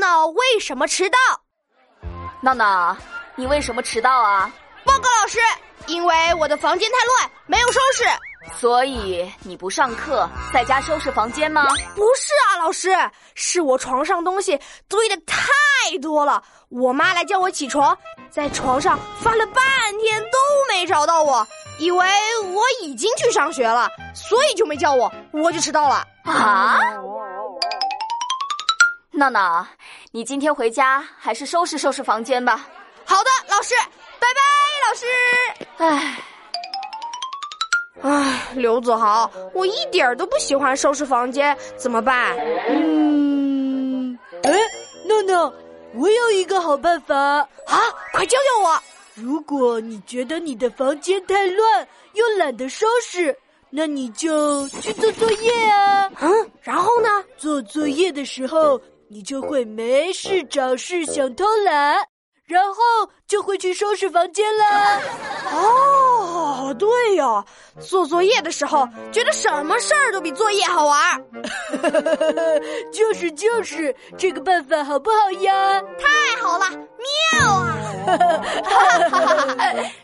闹为什么迟到？闹闹，你为什么迟到啊？报告老师，因为我的房间太乱，没有收拾。所以你不上课，在家收拾房间吗？不是啊，老师，是我床上东西堆的太多了，我妈来叫我起床，在床上翻了半天都没找到我，以为我已经去上学了，所以就没叫我，我就迟到了。啊！闹闹，你今天回家还是收拾收拾房间吧。好的，老师，拜拜，老师。唉，唉，刘子豪，我一点儿都不喜欢收拾房间，怎么办？嗯，哎，诺诺，我有一个好办法。啊，快教教我！如果你觉得你的房间太乱，又懒得收拾，那你就去做作业啊。嗯，然后呢？做作业的时候，你就会没事找事，想偷懒，然后就会去收拾房间啦。哦，对呀、做作业的时候觉得什么事儿都比作业好玩儿， 就是就是，这个办法好不好呀？太好了，妙啊！